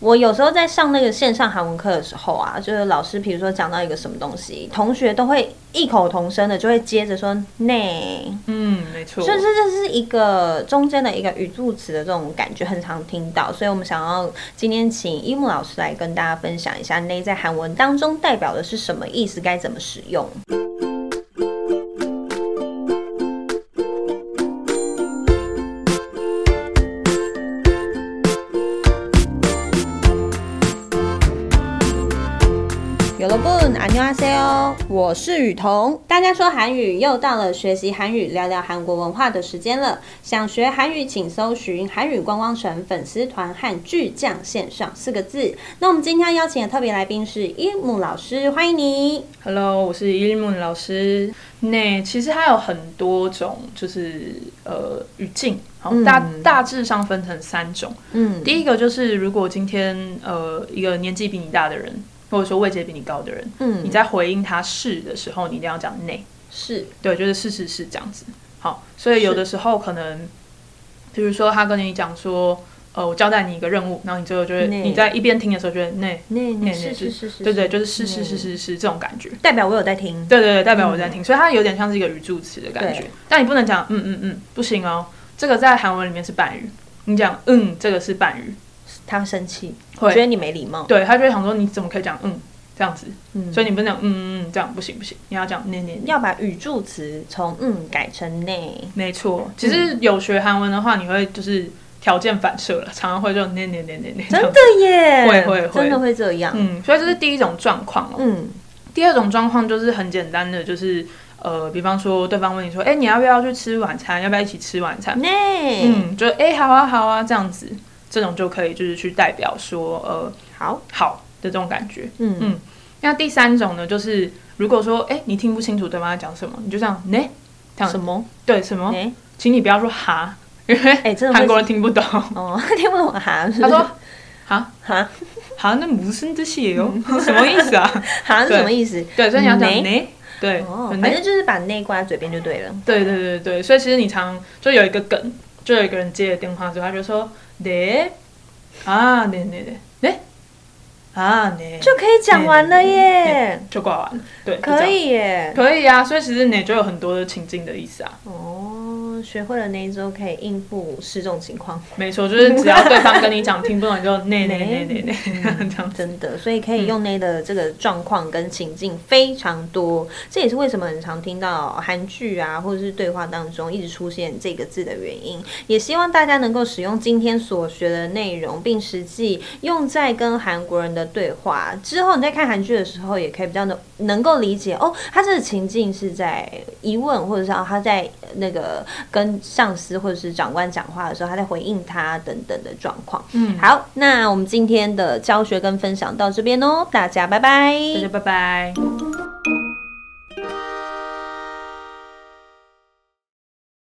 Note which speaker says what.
Speaker 1: 我有时候在上那个线上韩文课的时候啊，就是老师比如说讲到一个什么东西，同学都会异口同声的就会接着说内，
Speaker 2: 嗯，没错，
Speaker 1: 就是这是一个中间的一个语助词的这种感觉，很常听到。所以我们想要今天请一木老师来跟大家分享一下内在韩文当中代表的是什么意思，该怎么使用。有了不，안녕하세요，我是雨桐。大家说韩语，又到了学习韩语、聊聊韩国文化的时间了。想学韩语，请搜寻“韩语观光城”粉丝团和“巨匠线上”四个字。那我们今天邀请的特别来宾是一木老师，欢迎你。
Speaker 2: Hello，我是伊木老师。那其实它有很多种，就是呃语境，好大、大致上分成三种。
Speaker 1: 嗯，
Speaker 2: 第一个就是，如果今天呃一个年纪比你大的人，或者说位阶比你高的人，
Speaker 1: 嗯
Speaker 2: 你在回应他是的时候，你一定要讲内，
Speaker 1: 是
Speaker 2: 对，就是是是是这样子。好，所以有的时候可能，比如说他跟你讲说，呃，我交代你一个任务，然后你最后就会
Speaker 1: 内
Speaker 2: 你在一边听的时候觉得内，
Speaker 1: 那
Speaker 2: 内
Speaker 1: 那是是是是，
Speaker 2: 对对，就是是是
Speaker 1: 内
Speaker 2: 是是是这种感觉。
Speaker 1: 代表我有在听。
Speaker 2: 对对对，代表我在听，所以它有点像是一个语助词的感觉
Speaker 1: 嗯对。
Speaker 2: 但你不能讲嗯嗯嗯，不行哦，这个在韩文里面是半语。你讲嗯，这个是半语，
Speaker 1: 他会生气，
Speaker 2: 会
Speaker 1: 觉得你没礼貌。
Speaker 2: 对他就会想说你怎么可以讲嗯这样子，
Speaker 1: 嗯，
Speaker 2: 所
Speaker 1: 以
Speaker 2: 以你不能讲嗯嗯嗯这样不行不行，你要讲那那那。
Speaker 1: 要把语助词从嗯改成内。
Speaker 2: 没错，其实有学韩文的话，你会就是条件反射了，常常会就那那那那那这
Speaker 1: 真
Speaker 2: 样
Speaker 1: 的。耶，
Speaker 2: 会会会
Speaker 1: 真的会这样。
Speaker 2: 嗯，所以这是第一种状况哦。
Speaker 1: 嗯
Speaker 2: 第二种状况就是很简单的，就是呃，比方说对方问你说，哎、你要不要去吃晚餐？要不要一起吃晚餐？
Speaker 1: 内、
Speaker 2: 嗯，就哎、欸好啊好啊这样子，这种就可以就是去代表说呃
Speaker 1: 好，
Speaker 2: 好的这种感觉。
Speaker 1: 嗯
Speaker 2: 嗯那第三种呢，就是如果说哎、欸你听不清楚对方在讲什么，你就这样呢，这样
Speaker 1: 什么？
Speaker 2: 对什么，
Speaker 1: 哎、
Speaker 2: 请你不要说哈，因为
Speaker 1: 哎，真的会
Speaker 2: 韩国人听不懂。
Speaker 1: 哦，听不懂韩，
Speaker 2: 他 说
Speaker 1: 韩
Speaker 2: 哈那무슨뜻이에요？什
Speaker 1: 嗯
Speaker 2: 哦么意思啊？
Speaker 1: 韩是什么意思？
Speaker 2: 对，所以你要讲
Speaker 1: 네
Speaker 2: 呢，对，
Speaker 1: 哦，
Speaker 2: 就
Speaker 1: 反
Speaker 2: 네
Speaker 1: 正就是把内挂在嘴边就对了。
Speaker 2: 对对对对，所以其实你常就有一个梗，就有一个人接了电话之后，他就说呢，啊呢呢呢呢，啊呢，
Speaker 1: 就可以讲完了耶，
Speaker 2: 就挂完了。对，就这样
Speaker 1: 可以耶。
Speaker 2: 可以啊，所以其实你就有很多的情境的意思啊。
Speaker 1: 哦，学会了那一周可以应付失重情况，
Speaker 2: 没错，就是只要对方跟你讲听不懂，你就那那那那 那 这样。
Speaker 1: 真的，所以可以用内的这个状况跟情境非常多，这也是为什么很常听到韩剧啊或者是对话当中一直出现这个字的原因。也希望大家能够使用今天所学的内容，并实际用在跟韩国人的对话之后，你在看韩剧的时候，也可以比较能能够理解哦，他这个情境是在疑问，或者是哦他在呃那个跟上司或者是长官讲话的时候，他在回应他等等的状况。
Speaker 2: 嗯，
Speaker 1: 好，那我们今天的教学跟分享到这边哦，大家拜拜。
Speaker 2: 大家拜拜。